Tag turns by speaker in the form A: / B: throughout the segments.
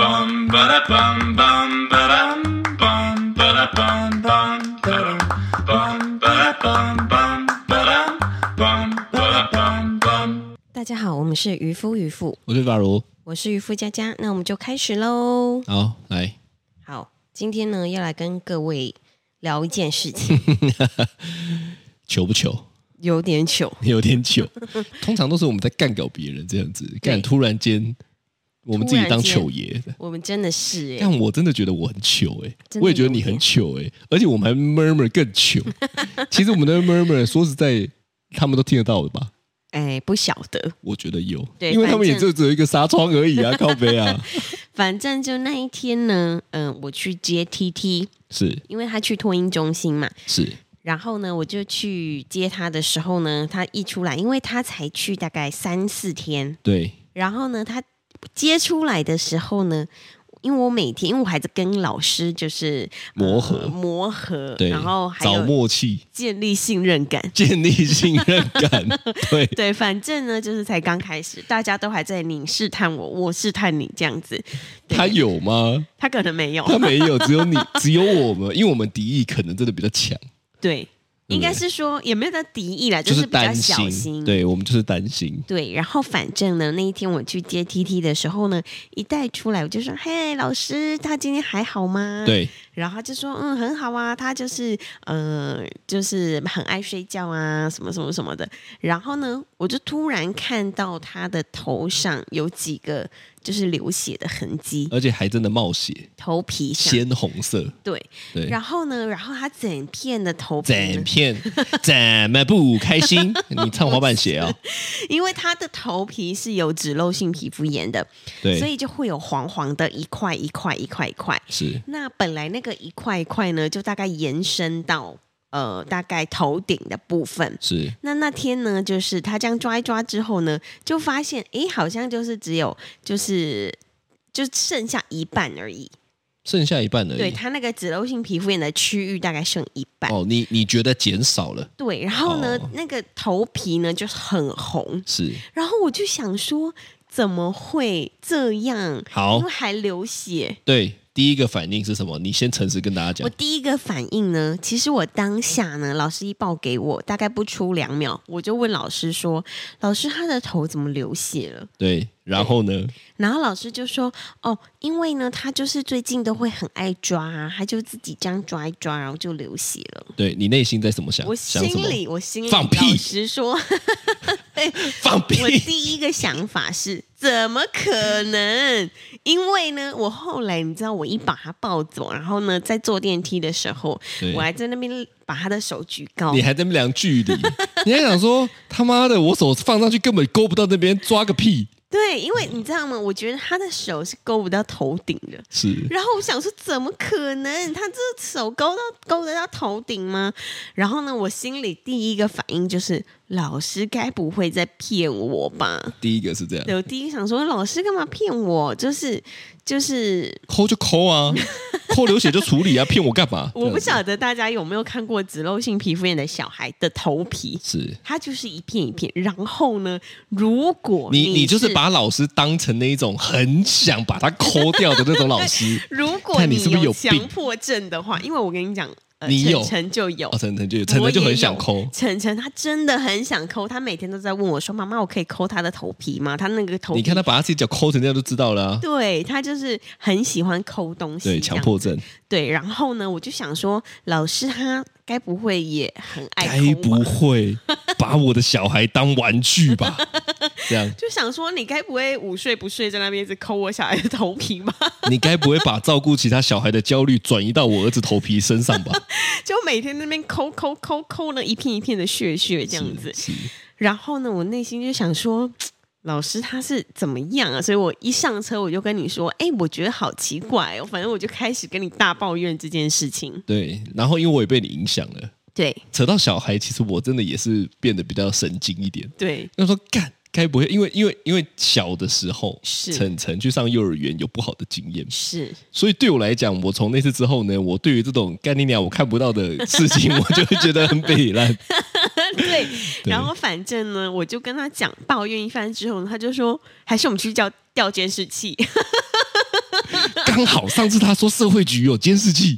A: bum ba da bum bum ba dum bum ba da bum bum ba dum bum ba da bum bum ba dum bum ba da bum bum.
B: 大家好，我们是渔夫渔妇，
C: 我是法如，
B: 我是渔夫佳佳，那我们就开始喽。
C: 好来，
B: 好，今天呢要来跟各位聊一件事 情，
C: 糗不糗？
B: 有点糗，
C: 有 点糗。通常都是我们在干搞别人这样子，干突然间我们自己当糗爷。
B: 我们真的是哎、
C: 但我真的觉得我很糗哎、
B: 真的
C: 我也觉得你
B: 有
C: 很
B: 点
C: 糗哎、而且我们还 murmur 更 糗。其实我们的 murmur 说实在，他们都听得到的吧？
B: 哎，不晓得，
C: 我觉得有，
B: 对
C: 因为他们也
B: 反
C: 就
B: 正
C: 只有一个纱窗而已啊，靠背啊，
B: 反正就那一天呢，嗯、我去接 TT，
C: 是
B: 因为他去托婴中心嘛，
C: 是，
B: 然后呢，我就去接他的时候呢，他一出来，因为他才去大概三四天，
C: 对，
B: 然后呢，他接出来的时候呢，因为我每天，因为我还在跟老师就是
C: 磨合
B: 呃磨合，
C: 对，
B: 然后还
C: 找
B: 有
C: 默契，
B: 建立信任感。
C: 建立信任 感，对，
B: 对，反正呢，就是才刚开始，大家都还在你试探我，我试探你这样子。对
C: 他有吗？
B: 他可能没有，
C: 他没有，只有你， 只有我们，因为我们敌意可能真的比较强，
B: 对，
C: 对
B: 应该是说也没有在敌意啦，
C: 就是
B: 比较
C: 担
B: 小
C: 心，
B: 心。
C: 对我们就是担心，
B: 对，然后反正呢，那一天我去接 T T 的时候呢，一带出来我就说：“嘿，老师，他今天还好吗？”。
C: 对，
B: 然后他就说：“嗯，很好啊，他就是呃，就是很爱睡觉啊，什么什么什么的。”然后呢，我就突然看到他的头上有几个就是流血的痕迹，
C: 而且还真的冒呃血，
B: 头皮上。
C: 鲜红色，
B: 对，
C: 对，
B: 然后呢，然后他整片的头皮呢
C: 整片怎么不 开心？你唱滑板鞋啊？
B: 因为他的头皮是有脂漏性皮肤炎的，所
C: 对，
B: 以就会有黄黄的一块一块一块一块。
C: 是，
B: 那本来那个一块一块呢，就大概延伸到呃大概头顶的部分。
C: 是，
B: 那那天呢，就是他这样抓一抓之后呢，就发现诶，好像就是只有就是就剩下一半而已。
C: 剩下一半而
B: 对
C: 已。
B: 他那个脂漏性皮肤炎的区域大概剩一半。
C: 哎哦，你你觉得减少了？
B: 对，然后呢，
C: 哦
B: 那个头皮呢就很红，
C: 是，
B: 然后我就想说，怎么会这样？
C: 好
B: 因为还流血。
C: 对，第一个反应是什么？你先诚实跟大家
B: 我
C: 讲。
B: 第一个反应呢，其实我当下呢，老师一报给我，大概不出两秒，我就问老师说：“老师，他的头怎么流血了
C: 对，然后呢？？”
B: 然后老师就说：“哦，因为呢，他就是最近都会很爱抓啊，他就自己这样抓一抓，然后就流血了。
C: 对你内心在怎么想？
B: 我
C: 想
B: 心
C: 啊什么？
B: 里，我心里，
C: 放屁
B: 老实说，
C: 放
B: 我
C: 屁！
B: 第一个想法是：怎么可能？因为呢，我后来你知道，我一把他抱走，然后呢，在坐电梯的时候，
C: 对
B: 我还在那边把他的手举高
C: 你。还在那边量距离，你还想说他妈的，我手放上去根本勾不到那边，抓个屁！
B: 对，因为你知道吗？我觉得他的手是勾不到头顶的。
C: 是
B: 然后我想说，怎么可能？他这手勾到勾得到头顶吗？然后呢，我心里第一个反应就是，老师该不会在骗我吧？
C: 第一个是这样，
B: 对我第一个想说，老师干嘛骗我？就是就是
C: 抠就抠啊，抠流血就处理啊，骗我干嘛？
B: 我不
C: 这样
B: 晓得大家有没有看过脂漏性皮肤炎的小孩的头皮，
C: 子是
B: 它就是一片一片。然后呢，如果，
C: 你你就是是把老师当成那一种很想把他抠掉的那种老师
B: 如果
C: 看你是不是有病
B: 强迫症的话，因为我跟你讲，呃、
C: 你有
B: 晨晨就有
C: 哦，。晨晨就有晨晨就很想抠，
B: 晨晨他真的很想抠，他每天都在问我说：“妈妈，我可以抠他的头皮吗？”他那个头皮，
C: 你看他把他自己脚抠成这样就知道了啊、
B: 对他就是很喜欢抠东西，
C: 对，强迫
B: 这样。
C: 症，
B: 对，然后呢，我就想说，老师他该不会也很爱抠
C: 该
B: 吧
C: 不会把我的小孩当玩具吧？这样，
B: 就想说，你该不会午睡不睡在那边一直抠我小孩的头皮吧？
C: 你该不会把照顾其他小孩的焦虑转移到我儿子头皮身上吧？
B: 就每天那边抠抠抠抠了一片一片的血血 这样子。
C: 是，
B: 然后呢，我内心就想说，嘖老师他是怎么样啊？所以我一上车我就跟你说，哎，我觉得好奇怪哦。反正我就开始跟你大抱怨这件事情。
C: 对。然后因为我也被你影响了，
B: 对
C: 扯到小孩，其实我真的也是变得比较神经一点。
B: 对，
C: 他说干，该不会因为因为因为小的时候，
B: 是
C: 晨晨去上幼儿园有不好的经 验，
B: 是
C: 所以对我来讲，我从那次之后呢，我对于这种干你娘我看不到的事情， 我就会觉得很北烂。
B: 对。然后反正呢，我就跟他讲抱怨一番之后呢，他就说，还是我们去叫调监视器。
C: 刚好上次他说社会局有监 视器，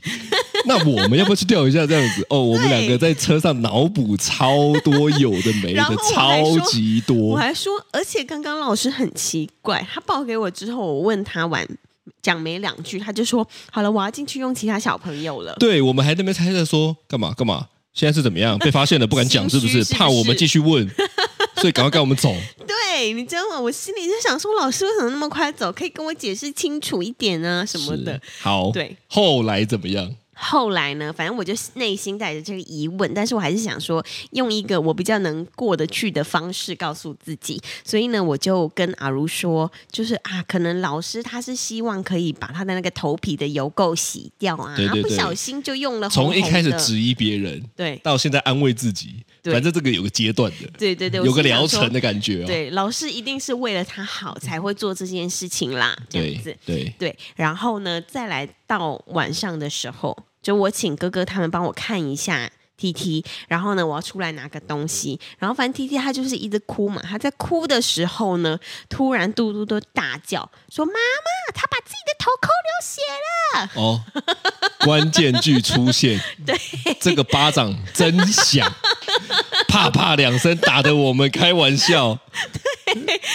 C: 那我们要不要去调一下？这样子哦，我们两个在车上脑补超多有的没
B: 然后
C: 的，
B: 我还
C: 超
B: 说
C: 级多
B: 我。还说，而且刚刚老师很奇怪，他报给我之后，我问他完讲没两句，他就说好了，我要进去用其他小朋友了。
C: 对，我们还在那边猜测说干嘛干嘛，现在是怎么 样？被发现了不敢讲是不
B: 心
C: 是？
B: 虚是不
C: 怕我们
B: 是
C: 继续问， 所以赶快赶我们 走。
B: 对你知道吗？我心里就想说，老师为什么那么快走？可以跟我解释清楚一点啊，什么的
C: 是。哦好，
B: 对，哦
C: 后来怎么样？
B: 后来呢，反正我就内心带着这个疑问，但是我还是想说，用一个我比较能过得去的方式告诉自己。所以呢，我就跟阿如说，就是啊，可能老师他是希望可以把他的那个头皮的油垢洗掉啊，
C: 对对
B: 他不
C: 对
B: 小心就用了红
C: 从
B: 红的
C: 一开始质疑别人，
B: 对
C: 到现在安慰自己，
B: 对
C: 反正这个有个阶段的，
B: 对对对，我
C: 有个
B: 心想
C: 疗
B: 说
C: 程的感觉哦。
B: 对，老师一定是为了他好才会做这件事情啦，这样子
C: 对。对，
B: 对，然后呢，再来到晚上的时候，就我请哥哥他们帮我看一下 T T，然后呢，我要出来拿个东西，然后反正 T T 他就是一直哭嘛，他在哭的时候呢，突然嘟嘟嘟大叫说：“妈妈，他把自己的头抠流血了！”
C: 哦，关键句 出现，对，这个巴掌真响，啪啪两声，打得我们开玩笑，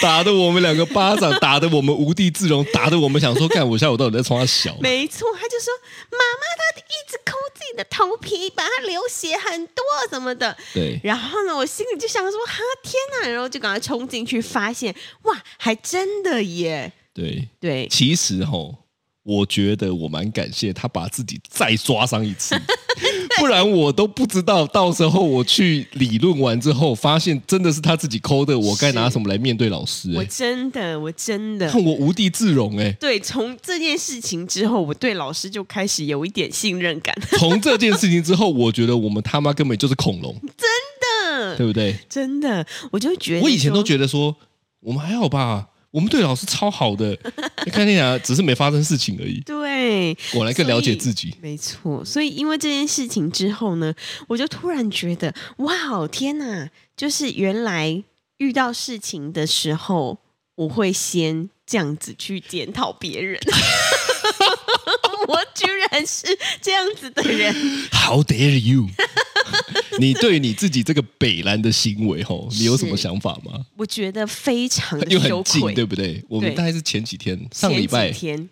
C: 打得我们两个巴掌，打得我们无地自容，打得我们想说，干我下午到底在冲他小。
B: 没错，他就说：“妈妈，他一直抠自己的头皮，把它流血很多什么的。”
C: 对，
B: 然后呢，我心里就想说：“哈，天哪！”然后就赶快冲进去，发现哇，还真的耶！
C: 对，
B: 对，
C: 其实吼，我觉得我蛮感谢他把自己再抓伤一次， 不然我都不知道到时候我去理论完之后，发现真的是他自己抠的，我该拿什么来面对老师、
B: 我
C: 欸？
B: 真的，我真的，
C: 看我无地自容哎、
B: 对，从这件事情之后，我对老师就开始有一点信任 感，
C: 从这件事情之后，我觉得我们他妈根本就是恐龙，
B: 真的，
C: 对不对？
B: 真的，我就觉得，
C: 我以前都觉得说我们还好吧，我们对老师超 好的，看起来只是没发生事情而已。
B: 对，
C: 果然更了解自己
B: 所以，没错。所以因为这件事情之后呢，我就突然觉得，哇，天哪！就是原来遇到事情的时候，我会先这样子去检讨别 人。我居然是这样子的人，
C: How dare you！你对你自己这个北兰的行为，吼，你有什么
B: 是
C: 想法吗？
B: 我觉得非常的
C: 又
B: 羞
C: 很近，
B: 愧。
C: 对不对？我们
B: 对
C: 大概是前几天，上
B: 前
C: 礼
B: 几
C: 拜
B: 天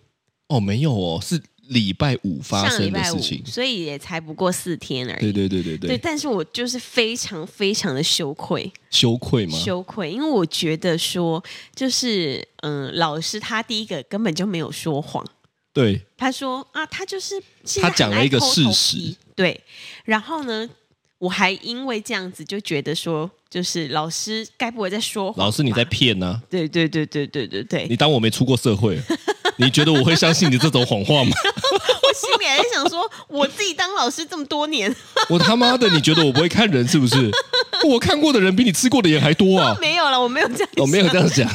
C: 哦，没有哦，是礼拜五发
B: 上礼
C: 生的
B: 拜
C: 事
B: 五
C: 情，。
B: 所以也才不过四天而已。
C: 对对对对对，
B: 对但是我就是非常非常的羞愧，
C: 羞愧吗？
B: 羞愧，因为我觉得说，就是嗯、老师他第一个根本就没有说谎，
C: 对，
B: 他说啊，他就是现在
C: 他讲了一个
B: 很爱抠头
C: 事实
B: 皮，对，然后呢，我还因为这样子就觉得说，就是老师该不会在说谎？
C: 老师你在？骗啊呢、
B: 对对对对对对对，
C: 你当我没出过社会？你觉得我会相信你这种谎话吗？
B: 我心里还在想说，我自己当老师这么多年，
C: 我他妈的，你觉得我不会看人是不是？我看过的人比你吃过的人还多啊！
B: 没有了，我没有这样，
C: 我没有这样讲，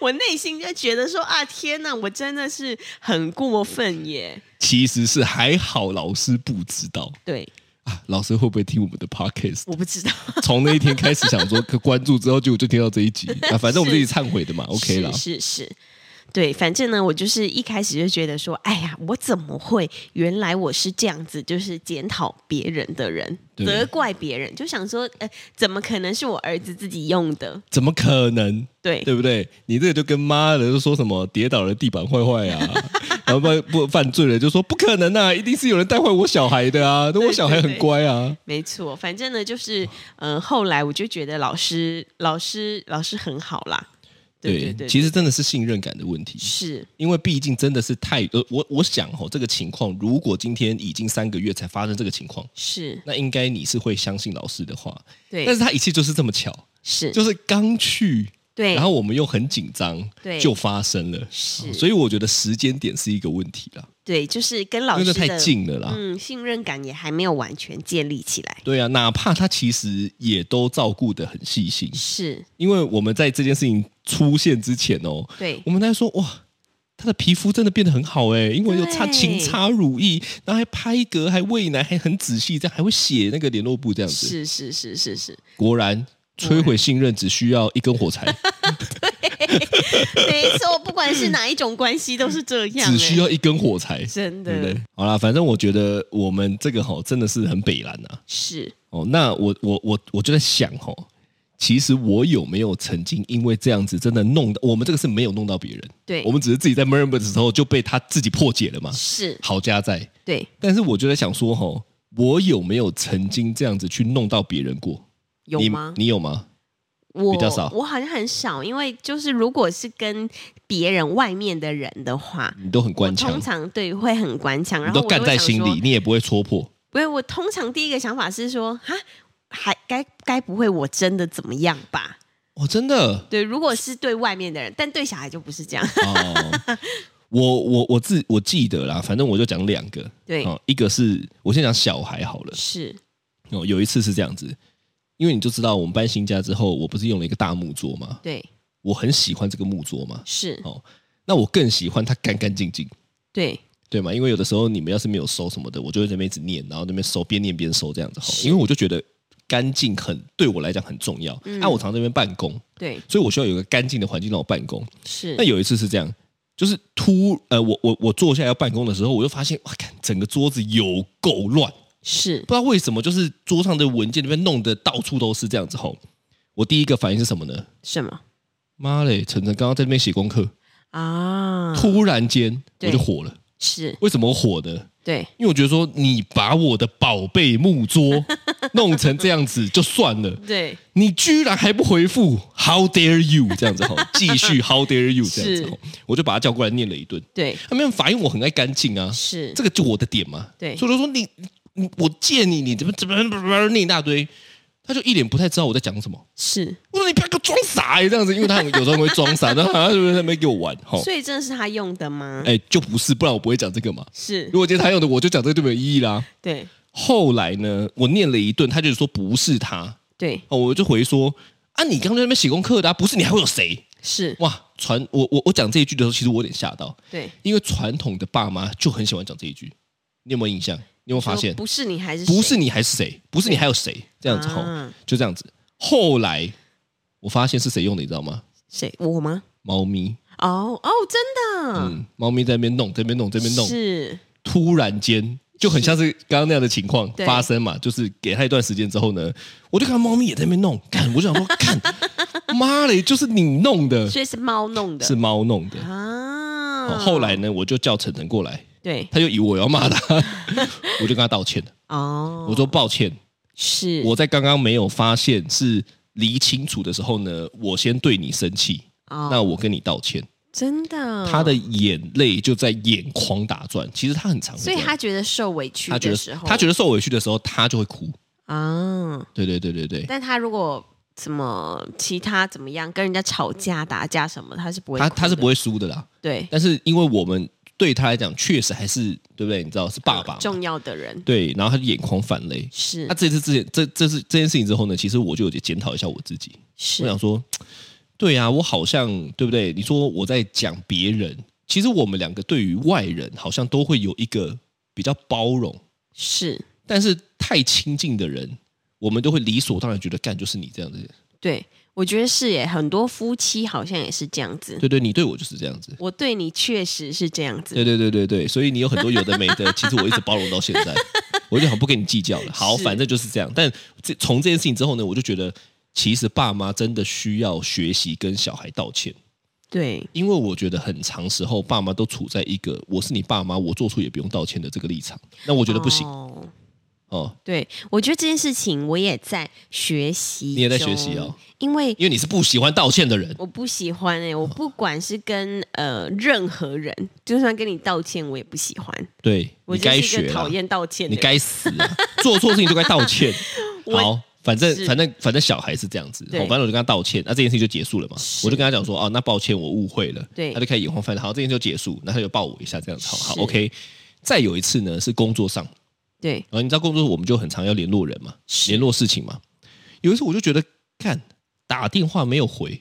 B: 我内心就觉得说啊，天哪，我真的是很过分耶！
C: 其实是还好，老师不知道。
B: 对，
C: 啊，老师会不会听我们的 podcast？
B: 我不知道，
C: 从那一天开始想说可关注之后，结果就听到这一集啊，反正我们自己忏悔的嘛，OK 啦。
B: 是是是，对，反正呢，我就是一开始就觉得说，哎呀，我怎么会？原来我是这样子，就是检讨别人的人，
C: 对
B: 责怪别人，就想说，呃，怎么可能是我儿子自己用的？
C: 怎么可能？
B: 对，
C: 对不对？你这个就跟妈的就说什么跌倒了地板坏坏啊， 然后不不犯罪了就说不可能啊，一定是有人带坏我小孩 的啊，那我小孩很乖啊。
B: 没错，反正呢，就是，嗯、后来我就觉得老师，老师，老师很好啦。对对对，
C: 其
B: 实
C: 实真的是信任感的问题。
B: 是
C: 因为毕竟真的是太呃，我我想哦，这个情况如果今天已经三个月才发生这个情况，
B: 是，
C: 那应该你是会相信老师的话。
B: 对，
C: 但是他一切就是这么巧，
B: 是
C: 就是刚去，
B: 对，
C: 然后我们又很紧张，
B: 对
C: 就发生了。
B: 是
C: 所以我觉得时间点是一个问题啦，
B: 对，就是跟老
C: 因为
B: 师
C: 那
B: 的
C: 太近了啦。
B: 嗯，信任感也还没有完全建立起来。
C: 对啊，哪怕他其实也都照顾的很细心，
B: 是，
C: 因为我们在这件事情出现之前哦，
B: 对
C: 我，们在说哇，他的皮肤真的变得很好哎，因为有擦
B: 对
C: 勤擦乳液，然后还拍嗝，还喂奶，还很仔细，这样还会写那个联络簿这样子。
B: 是是是是是，
C: 果然，摧毁信任只需要一根火柴。
B: 没错，不管是哪一种关系都是这样、
C: 只需
B: 要
C: 要一根火柴，
B: 真
C: 对不对
B: 的？
C: 好啦，反正我觉得我们这个吼真的是很北蓝啊。
B: 是
C: 哦，那我我我我就在想吼，其实我有没有曾经因为这样子真的弄到我们这个是没有弄到别人，
B: 对
C: 我们只是自己在 m u r m u r 的时候就被他自己破解了嘛。
B: 是，
C: 好家在，
B: 对，
C: 但是我就在想说吼，我有没有曾经这样子去弄到别人过？
B: 有吗？
C: 你你有吗？
B: 我
C: 比较少
B: 我好像很少，因为就是如果是跟别人外面的人的话，
C: 你都很
B: 我
C: 官腔
B: 通，常对会很官腔，然
C: 你
B: 后
C: 都
B: 我就
C: 干
B: 会
C: 在
B: 想
C: 心
B: 说
C: 里，你也不会戳破。
B: 不是，我通常第一个想法是说，哈，还该该不会我真的怎么样吧？
C: 哦，真的，
B: 对，如果是对外面的人，但对小孩就不是这样。
C: 哦，我我我自我记得啦，反正我就讲两个，
B: 对，
C: 哦，一个是我先讲小孩好了，
B: 是
C: 哦，有一次是这样子，因为你就知道我们搬新家之后，我不是用了一个大木桌嘛，
B: 对，
C: 我很喜欢这个木桌嘛，
B: 是
C: 哦那我更喜欢它干干净净，
B: 对，
C: 对嘛？因为有的时候你们要是没有收什么的，我就会在那边一直念，然后那边收，边念边收这样子，哦
B: 是
C: 因为我就觉得干净很对我来讲很重要，
B: 嗯
C: 那、我常在那边办公，
B: 对，
C: 所以我需要有一个干净的环境让我办公，
B: 是
C: 那有一次是这样，就是突呃，我我我坐下要办公的时候，我就发现哇，看整个桌子有够乱，
B: 是
C: 不知道为什么，就是桌上的文件那边弄得到处都是这样子吼。我第一个反应是什么呢？
B: 什么
C: 妈嘞，晨晨刚刚在那边写功课，
B: 啊？
C: 突然间我
B: 对
C: 就火了。
B: 是
C: 为什么我火呢？
B: 对，
C: 因为我觉得说你把我的宝贝木桌 弄成这样子就算了，
B: 对，
C: 你居然还不回复，How dare you 这样子吼，继续 How dare you 这样子吼，我就把他叫过来念了一顿。
B: 对，
C: 他们反应我很爱干净啊，
B: 是
C: 这个就我的点嘛。
B: 对
C: 所以我就说你你我借你，你怎么怎么怎么怎么念一大堆，他就一脸不太知道我在讲什么。
B: 是，
C: 我说你不要给我装傻哎、这样子，因为他有时候会装傻，然后他就在那边给我玩哈。吼
B: 所以这是他用的吗？
C: 哦哎，就不是，不然我不会讲这个嘛。
B: 是
C: 如，果今天他用的，我就讲这个就没有意义啦。
B: 对，
C: 后来呢，我念了一顿，他就说不是他，
B: 对，
C: 哦，我就回说啊，你刚刚在那边写功课的、啊，不是你还会有谁？
B: 是，
C: 哇，传我我我讲这一句的时候，其实我有点吓到，
B: 对，
C: 因为传统的爸妈就很喜欢讲这一句，你有没有印象？你有没有发
B: 说
C: 现？
B: 不是你还是
C: 不是
B: 谁
C: 你还是谁？不是你还有谁？这样子吼，
B: 啊
C: 就这样子。后来我发现是谁用的，你知道吗？
B: 谁我吗？
C: 猫咪，
B: 哦哦，真的，
C: 嗯，猫咪在那边弄，在那边弄，在那边弄，
B: 是
C: 突然间就很像是刚刚那样的情况
B: 对
C: 发生嘛，就是给它一段时间之后呢，我就看到猫咪也在那边弄，看我就 想说，看，妈嘞，就是你弄的，
B: 所以是猫弄的，
C: 呃是猫弄的。
B: 啊
C: 哦后来呢，我就叫晨晨过来，
B: 对
C: 他就以为我要 骂他，我就跟他道歉了。
B: 哦，
C: 我说抱歉，
B: 是
C: 我在刚刚没有发现是理清楚的时候呢，我先对你生气，
B: 哦嗯
C: 那我跟你道歉。
B: 真的，
C: 他的眼泪就在眼眶打转，其实他很常会这
B: 所以
C: 样，
B: 他觉得受委屈
C: 他觉
B: 的
C: 得
B: 时候，
C: 他觉得受委屈的时候，他就会哭。
B: 得啊，
C: 对对对对对，
B: 但他如果怎么其他怎么样跟人家吵架打架什么，他是不会哭
C: 他
B: 的，
C: 他是不会输的啦。
B: 对
C: 但是因为我们对他来讲，确实还是对不对？你知道是爸爸嘛
B: 重要的人
C: 对，然后他就眼眶泛泪。
B: 是
C: 那这次之前这这是这件事情之后呢，其实我就有检讨一下我自己。我
B: 是
C: 想说，对啊，我好像对不对？你说我在讲别人，其实我们两个对于外人好像都会有一个比较包容，
B: 是，
C: 但是太亲近的人，我们都会理所当然觉得干就是你这样子，
B: 对我觉得是耶，很多夫妻好像也是这样子，
C: 对对，你对我就是这样子，
B: 我对你确实是这样子，
C: 对对对对对，所以你有很多有的没的，其实我一直包容到现在，我就好不跟你计较了。好，
B: 是
C: 反正就是这样。但这从这件事情之后呢，我就觉得其实爸妈真的需要学习跟小孩道歉。
B: 对
C: 因为我觉得很长时候，爸妈都处在一个我是你爸妈，我做错也不用道歉的这个立场，那我觉得不行
B: 哦
C: 哦，
B: 对，我觉得这件事情我也在学习，
C: 你也在学习哦，
B: 因为
C: 因为你是不喜欢道歉的人，
B: 我不喜欢哎、我不管是跟呃任何人，就算跟你道歉，我也不喜欢。
C: 对
B: 我
C: 你
B: 就
C: 该
B: 是一
C: 学
B: 个
C: 啦
B: 讨，厌道歉的
C: 你
B: 人，
C: 该死啊，做错事情就该道 歉。
B: 我
C: 好，反正
B: 是
C: 反正反正小孩是这样子，
B: 对
C: 好反正我就跟他道歉，那这件事情就结束了嘛，
B: 是
C: 我就跟他讲说，哦，那抱歉，我误会了，
B: 对
C: 他就开始眼眶泛泪，好，这件事就结束，那他就抱我一下，这样子，好好
B: 是
C: ，OK。再有一次呢，是工作上，哦
B: 对
C: 然后你知道工作我们就很常要联络人嘛，
B: 是
C: 联络事情嘛。有一次我就觉得，看打电话没有回，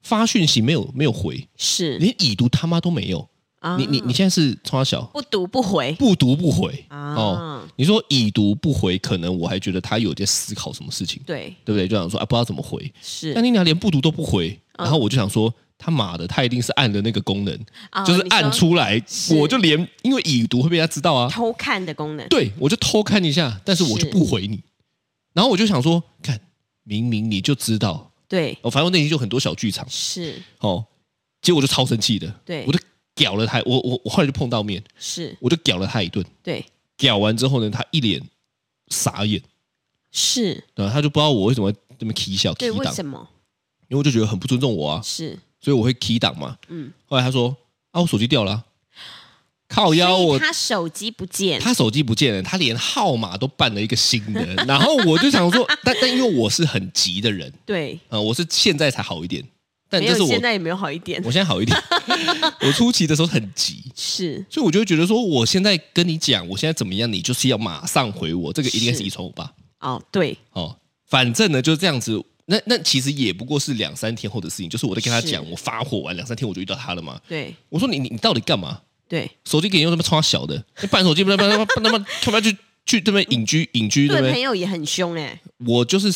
C: 发讯息没有没有回，
B: 是
C: 连已读他妈都没有。
B: 啊
C: 你你你现在是冲他小，
B: 不读不回
C: 不读不回
B: 啊
C: 哦。你说已读不回，可能我还觉得他有在思考什么事情，
B: 对
C: 对不对？就想说啊，不知道怎么回。
B: 是嗯
C: 但你俩连不读都不回，然后我就想说，他妈的，他一定是按的那个功能，
B: 哦
C: 就是
B: 你说
C: 按出来，
B: 是
C: 我就连因为已读会被他知道啊，
B: 偷看的功能，
C: 对我就偷看一下，但是我就是不回你，然后我就想说，看明明你就知道，
B: 对，
C: 哦，反正我内心就很多小剧场
B: 是
C: 哦，结果我就超生气的，
B: 对
C: 我就屌了他，我我我后来就碰到面，
B: 是，
C: 我就屌了他一顿，
B: 对，
C: 屌完之后呢，他一脸傻眼，
B: 是，
C: 对吧他就不知道我为什么这么 key 笑 key
B: 对，为
C: 档，
B: 什么
C: 因为我就觉得很不尊重我啊，
B: 是？
C: 所以我会 key 档嘛。
B: 嗯，
C: 后来他说啊，我手机掉了啊、靠腰
B: 所以
C: 我。
B: 他手机不见，
C: 他手机不见了，他连号码都办了一个新 的，然后我就想说， 但但因为我是很急的人，
B: 对，
C: 呃，我是现在才好一点，但
B: 没
C: 这
B: 有
C: 是我
B: 现在也没有好一点
C: 我，现在好一点， 我初期的时候很急，
B: 是
C: 所以我就会觉得说，我现在跟你讲，我现在怎么样，你就是要马上回我，这个一定是遗传我爸
B: 哦，对，
C: 哦。反正呢就是这样子，那那其实也不过是两三天后的事情，就是我在跟他讲，
B: 是
C: 我发火完两三天我就遇到他了嘛。
B: 对，
C: 我说你你你到底干嘛？
B: 对，
C: 手机给你用那么超小的，你办手机不能不能不能不能干嘛去去这边隐居隐居对
B: 对
C: 不
B: 朋
C: 对？
B: 友也很凶哎，
C: 我就是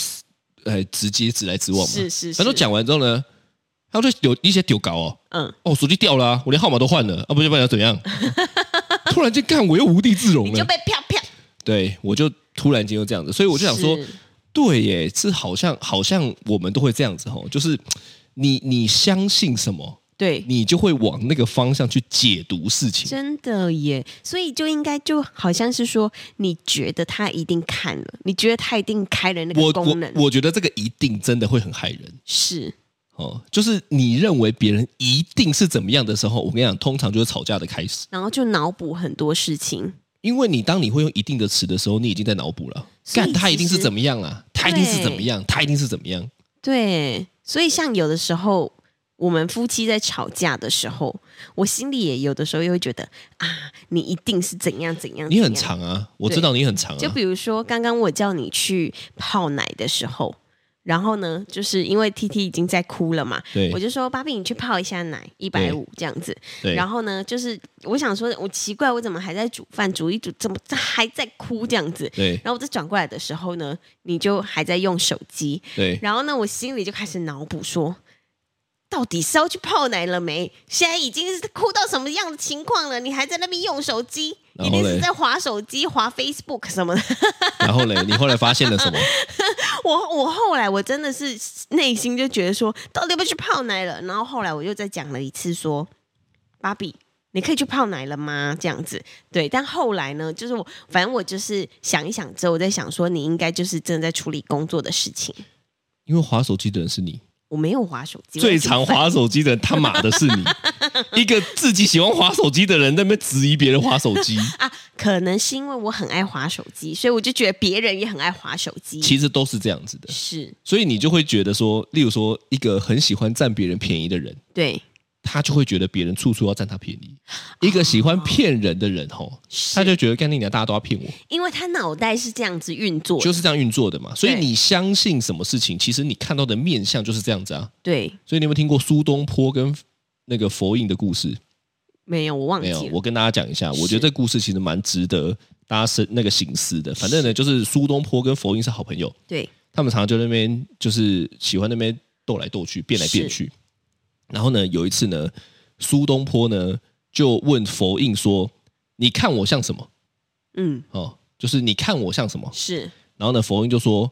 C: 呃直接直来直往嘛。
B: 是是是
C: 反正讲完之后呢，他就有一些丢搞哦。
B: 嗯，
C: 哦，手机掉了、啊，我连号码都换了，啊，不就不然要 怎样？突然间干，我又无地自容
B: 你就
C: 了。
B: 被啪啪，
C: 对，我就突然间就这样子，所以我就想说，
B: 是
C: 对耶，这好像好像我们都会这样子吼，就是你你相信什么，
B: 对。
C: 你就会往那个方向去解读事情。
B: 真的耶，所以就应该就好像是说，你觉得他一定看了，你觉得他一定开了那
C: 我
B: 个功
C: 我
B: 能，
C: 我觉得这个一定真的会很害人
B: 是
C: 哦，就是你认为别人一定是怎么样的时候，我跟你讲，通常就是吵架的开始，
B: 然后就脑补很多事情，
C: 因为你当你会用一定的词的时候，你已经在脑补了，
B: 所以
C: 干他一
B: 其
C: 定是
B: 实
C: 怎么样啊，他一定是怎么
B: 对
C: 样，他一定是怎么样。
B: 对，所以像有的时候，我们夫妻在吵架的时候，我心里也有的时候也会觉得啊，你一定是怎样怎样，
C: 你很
B: 怎样。
C: 长啊，我
B: 对
C: 知道你很长
B: 就
C: 啊。
B: 比如说，刚刚我叫你去泡奶的时候，然后呢，就是因为 T T 已经在哭了嘛，
C: 对
B: 我就说芭比，你去泡一下奶，一百五这样子。
C: 对，
B: 然后呢，就是我想说，我奇怪，我怎么还在煮饭，煮一煮，怎么还在哭这样子？
C: 对
B: 然后我再转过来的时候呢，你就还在用手机，
C: 对，
B: 然后呢，我心里就开始脑补说，到底是要去泡奶了没？现在已经是哭到什么样的情况了？你还在那边用手机，
C: 然
B: 一
C: 后嘞
B: 定是在划手机、划 Facebook 什么的。
C: 然后嘞，你后来发现了什么？
B: 我我后来我真的是内心就觉得说，到底要不要去泡奶了？然后后来我又再讲了一次说，芭比。你可以去泡奶了吗？这样子，对。但后来呢，就是我，反正我就是想一想之后，我在想说，你应该就是正在处理工作的事情。
C: 因为划手机的人是你，
B: 我没有划手机，我
C: 最
B: 在煮
C: 常
B: 饭
C: 划手机的人他妈的是你， 一个自己喜欢划手机的人在那边质疑别人划手机，
B: 啊，可能是因为我很爱划手机，所以我就觉得别人也很爱划手机。
C: 其实都是这样子的。
B: 是
C: 所以你就会觉得说，例如说一个很喜欢占别人便宜的人，
B: 对，
C: 他就会觉得别人处处要占他便宜；一个喜欢骗人的人，吼，
B: 啊
C: 他就觉得干你娘，大家都要骗我。
B: 因为他脑袋是这样子运作的，
C: 就是这样运作的嘛。所以
B: 对
C: 你相信什么事情，其实你看到的面相就是这样子啊。
B: 对，
C: 所以你有没有听过苏东坡跟那个佛印的故事？
B: 没有我忘
C: 没
B: 记
C: 有，
B: 了，
C: 我跟大家讲一下，
B: 是
C: 我觉得这故事其实蛮值得大家深那个醒思的。反正呢，就是苏东坡跟佛印是好朋友，
B: 对
C: 他们常常就那边就是喜欢那边斗来斗去，变来变去。然后呢，有一次呢，苏东坡呢就问佛印说：“你看我像什么
B: 嗯？”
C: 哦，就是你看我像什么？
B: 是
C: 然后呢，佛印就说：“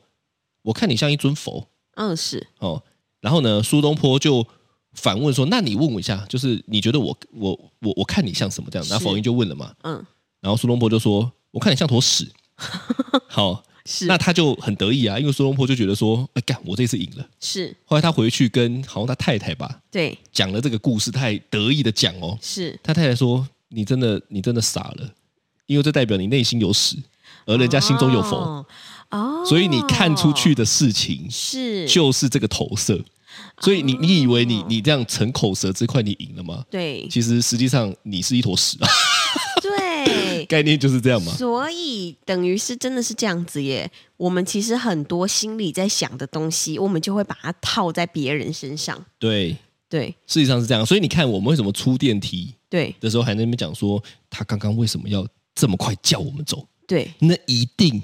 C: 我看你像一尊佛。”
B: 嗯是
C: 哦，然后呢，苏东坡就反问说：“那你问我一下，就是你觉得我我我我看你像什么这样？”
B: 是
C: 然后冯云就问了嘛，
B: 嗯
C: 然后苏东坡就说：“我看你像 坨屎。”好，
B: 是
C: 那他就很得意啊，因为苏东坡就觉得说：“哎，干，我这次赢了。
B: 是”
C: 后来他回去跟好像他太太吧
B: 对
C: 讲了这个故事，他还得意的讲哦，
B: 是
C: 他太太说：“你真的你真的傻了，因为这代表你内心有屎，而人家心中有佛，
B: 哦，哦
C: 所以你看出去的事情
B: 是
C: 就是这个投射。所以你你以为
B: 哦
C: 你你这样逞口舌之快你赢了吗？
B: 对
C: 其实实际上你是一坨屎啊，。
B: 对
C: 概念就是这样嘛。
B: 所以等于是真的是这样子耶。我们其实很多心里在想的东西，我们就会把它套在别人身上。
C: 对，
B: 对
C: 实际上是这样。所以你看我们为什么出电梯
B: 对
C: 的时候还在那边讲说他刚刚为什么要这么快叫我们走？
B: 对
C: 那一定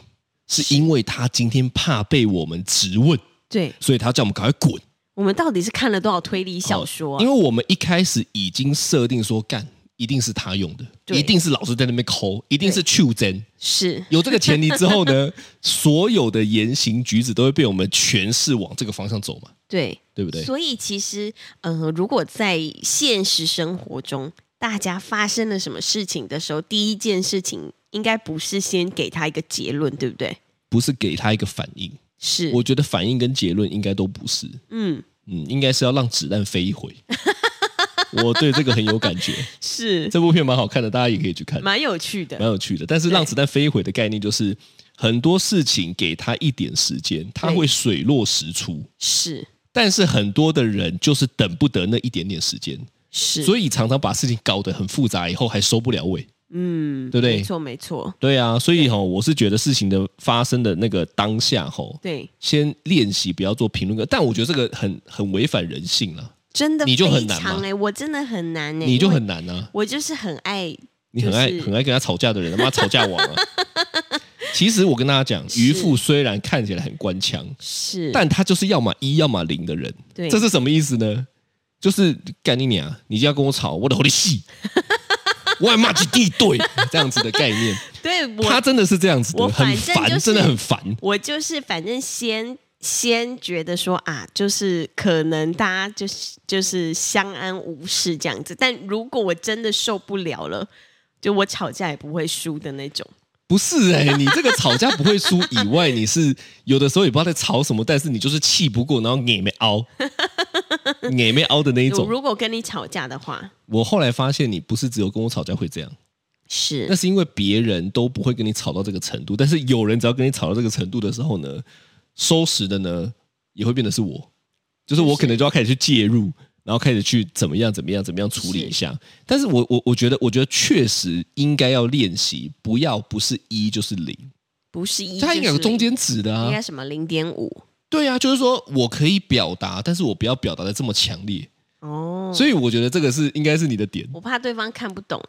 C: 是因为他今天怕被我们质问，
B: 对，
C: 所以他叫我们赶快滚。
B: 我们到底是看了多少推理小说、啊
C: 哦因？为我们一开始已经设定说，干一定是他用的，
B: 对
C: 一定是老师在那边抠，一定是去真。
B: 是
C: 有这个前提之 后呢，所有的言行举止都会被我们诠释往这个方向走嘛，
B: 对，
C: 对不对？
B: 所以其实，呃，如果在现实生活中，大家发生了什么事情的时候，第一件事情应该不是先给他一个结论，对不对？
C: 不是给他一个反应，
B: 是，
C: 我觉得反应跟结论应该都不是，
B: 嗯，
C: 嗯，应该是要让子弹飞一回。 我对这个很有感觉，
B: 是，
C: 这部片蛮好看的，大家也可以去看，蛮
B: 蛮有趣的，
C: 有趣的。但是让子弹飞一回的概念就是，很多事情给他一点时间，他
B: 对
C: 会水落石出。
B: 是
C: 但是很多的人就是等不得那一点点时间，
B: 是，
C: 所
B: 以，
C: 以常常把事情搞得很复杂，以后还收不了尾，
B: 嗯，
C: 对不对
B: 没错，没错，
C: 对啊，所以吼，我是觉得事情的发生的那个当下吼，
B: 对，
C: 先练习不要做评论个，但我觉得这个很很违反人性了，
B: 真的
C: 你就很
B: 非
C: 难吗
B: 常哎、我真的很难哎、
C: 你就
B: 因为
C: 很难啊，
B: 我就是很爱
C: 你很爱、
B: 就是
C: 很爱跟他吵架的人，他妈吵架王 啊。其实我跟大家讲，渔夫虽然看起来很官腔，
B: 是，
C: 但他就是要么一要么零的人，
B: 对
C: 这是什么意思呢？就是干你娘，你就要跟我吵，我的狐狸 戏，我也骂起地对这样子的概念，
B: 对 我
C: 他真的是这样子的，
B: 我
C: 很
B: 反正
C: 烦，
B: 就是
C: 真的很烦。
B: 我就是反正先先觉得说啊，就是可能大家就是就是相安无事这样子，但如果我真的受不了了，就我吵架也不会输的那种。
C: 不 是哎、你这个吵架不会输以外，你是有的时候也不知道在吵什么，但是你就是气不过，然后眼没凹，眼没凹的那一
B: 我
C: 种。
B: 如果跟你吵架的话，
C: 我后来发现，你不是只有跟我吵架会这样，那
B: 是
C: 是因为别人都不会跟你吵到这个程度，但是有人只要跟你吵到这个程度的时候呢，收拾的呢也会变得是我，就是我可能就要开始去介入，然后开始去怎么样怎么样怎么样处理一下。但是我我我觉得，我觉得确实应该要练习，不要不是一就是零，
B: 不是一？
C: 它应该有个
B: 就是
C: 中间值的
B: 应
C: 啊
B: 该。什么零点五
C: 对啊，就是说我可以表达，但是我不要表达的这么强烈。
B: 哦。
C: 所以我觉得这个是应该是你的点，
B: 我怕对方看不懂，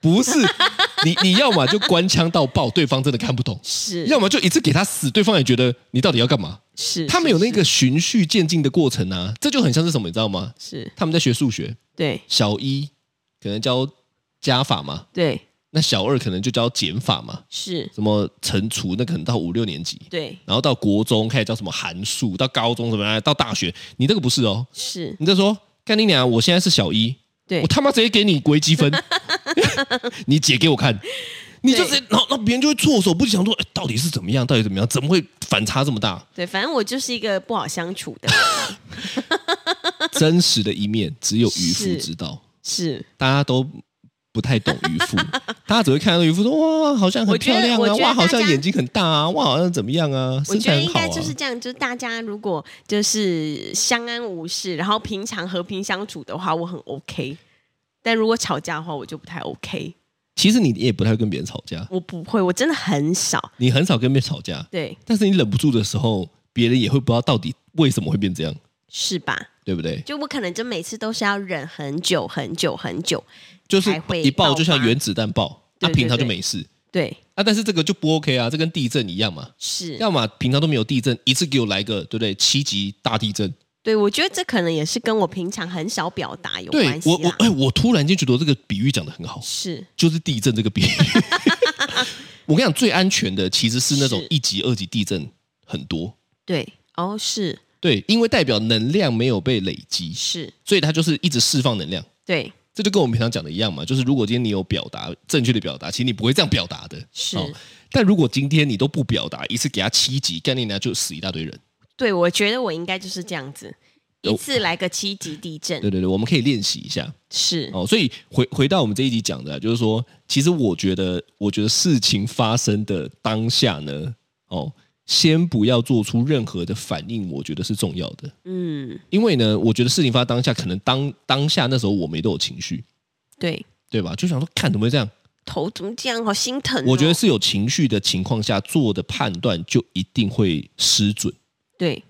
C: 不是 你你要么就官腔到爆，对方真的看不懂。
B: 是
C: 要么就一次给他死，对方也觉得你到底要干嘛？
B: 是
C: 他们有那
B: 是
C: 个循序渐进的过程啊，这就很像是什么，你知道吗？
B: 是
C: 他们在学数学，
B: 对
C: 小一可能教加法嘛，
B: 对
C: 那小二可能就教减法嘛，
B: 是，
C: 什么乘除，那可能到五六年级，
B: 对
C: 然后到国中开始教什么函数，到高中什么，哎到大学，你这个不是哦，
B: 是，
C: 你在说干你娘，我现在是小一，
B: 对
C: 我他妈直接给你微积 分，你解给我看，你就
B: 对
C: 直接，然后那别人就会措手不及，想说、哎，到底是怎么样，到底怎么样，怎么会反差这 么大？
B: 对，反正我就是一个不好相处的人，
C: 真实的一面只有渔夫
B: 是
C: 知道，
B: 是
C: 大家都。不太懂渔夫，大家只会看到渔夫说哇，好像很
B: 我觉
C: 漂
B: 得
C: 亮
B: 我
C: 啊，
B: 觉得
C: 哇，好像
B: 大家
C: 眼睛很大啊，哇，好像怎么样啊，
B: 我
C: 身
B: 觉
C: 材
B: 得
C: 很
B: 应
C: 好
B: 该
C: 啊。
B: 就是这样，就是大家如果就是相安无事，然后平常和平相处的话，我很 OK。但如果吵架的话，我就不太 OK。
C: 其实你也不太会跟别人吵架，
B: 我不会，我真的很少。
C: 你很少跟别人吵架，
B: 对，
C: 但是你忍不住的时候，别人也会不知道到底为什么会变这样，
B: 是吧？
C: 对不对？
B: 就我可能就每次都是要忍很久很久很久。
C: 就是
B: 才会
C: 一爆
B: 爆
C: 就像
B: 发
C: 原子弹爆，那、
B: 对对
C: 平常就
B: 对
C: 没事
B: 对，
C: 啊。但是这个就不 OK 啊，这跟地震一样嘛，
B: 是。
C: 要么平常都没有地震，一次给我来个对不对？七级大地震，
B: 对，我觉得这可能也是跟我平常很少表达有
C: 对
B: 关系啊
C: 我我
B: 啦。
C: 哎，我突然间觉得我这个比喻讲的很好，
B: 是
C: 就是地震这个比喻。 我跟你讲，最安全的其实是那种
B: 是
C: 一级、二级地震很多，
B: 对，哦，是
C: 对，因为代表能量没有被累积，
B: 是，
C: 所以它就是一直释放能量。
B: 对，
C: 这就跟我们平常讲的一样嘛，就是如果今天你有表达正确的表达，其实你不会这样表达的。
B: 是
C: 但如果今天你都不表达，一次给他七级，概念呢就死一大堆人。
B: 对，我觉得我应该就是这样子，一
C: 有
B: 次来个七级地震
C: 对，对对，我们可以练习一下
B: 是
C: 哦。所以回回到我们这一集讲的啊，就是说，其实我觉得，我觉得事情发生的当下呢，哦，先不要做出任何的反应，我觉得是重要的。
B: 嗯，
C: 因为呢，我觉得事情发生当下，可能当当下那时候我们也都有情绪，
B: 对，
C: 对吧？就想说，看怎么会这样？
B: 头怎么这样，好心疼哦、
C: 我觉得是有情绪的情况下做的判断，就一定会失准。
B: 对，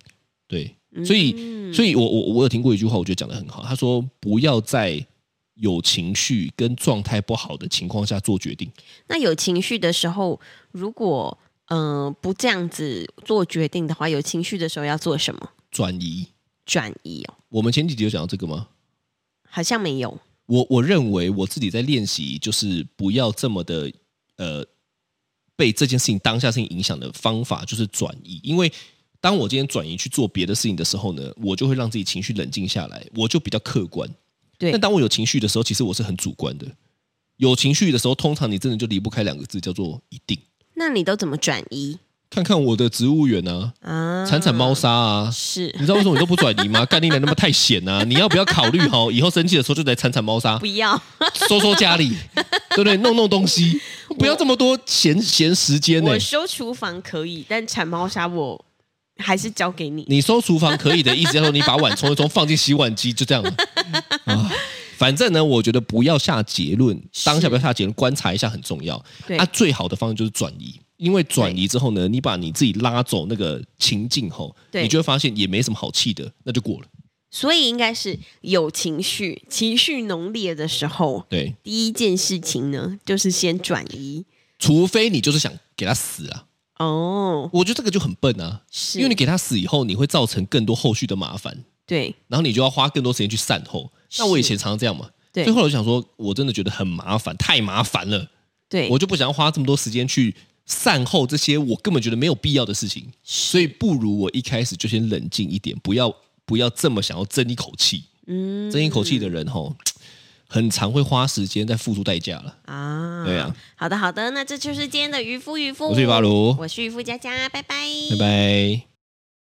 C: 对，
B: 嗯
C: 所以，所以我我我有听过一句话，我觉得讲的很好。他说，不要在有情绪跟状态不好的情况下做决定。
B: 那有情绪的时候，如果嗯、呃不这样子做决定的话，有情绪的时候要做什么？
C: 转移，
B: 转移哦，
C: 我们前几集有讲到这个吗？
B: 好像没有。
C: 我我认为我自己在练习，就是不要这么的呃被这件事情当下事情影响的方法，就是转移。因为当我今天转移去做别的事情的时候呢，我就会让自己情绪冷静下来，我就比较客观。
B: 对
C: 但当我有情绪的时候，其实我是很主观的。有情绪的时候，通常你真的就离不开两个字，叫做一定。
B: 那你都怎么转移
C: 看看我的植物园啊，
B: 啊？
C: 铲铲猫砂啊，
B: 是
C: 你知道为什么你都不转 移吗？干你娘那么太闲啊！你要不要考虑哈？以后生气的时候就来铲铲猫砂
B: 不，要
C: 收收家里，对不对？弄弄东西，不要这么多闲闲时间欸呢、
B: 我收厨房可以，但铲猫砂我还是交给你。
C: 你收厨房可以的，意思就是说你把碗冲一冲放进洗碗机，就这 样了。啊，反正呢，我觉得不要下结论，当下不要下结论，观察一下很重要。
B: 对
C: 啊，最好的方式就是转移，因为转移之后呢，你把你自己拉走那个情境后，
B: 对
C: 你就会发现也没什么好气的，那就过了。
B: 所以应该是有情绪、情绪浓烈的时候，
C: 对，
B: 第一件事情呢，就是先转移。
C: 除非你就是想给他死啊，
B: 哦，
C: 我觉得这个就很笨啊，
B: 是
C: 因为你给他死以后，你会造成更多后续的麻烦。
B: 对
C: 然后你就要花更多时间去善后。那我以前常常这样嘛，
B: 对
C: 最后来我就想说，我真的觉得很麻烦，太麻烦了，
B: 对，
C: 我就不想要花这么多时间去善后这些我根本觉得没有必要的事情，所以不如我一开始就先冷静一点，不要不要这么想要争一口气，
B: 嗯
C: 争一口气的人吼、很常会花时间在付出代价了。
B: 啊，
C: 对啊，
B: 好的好的，那这就是今天的渔夫渔夫，
C: 我是巴
B: 卢，
C: 卢，
B: 我是渔夫佳佳，拜拜，
C: 拜拜。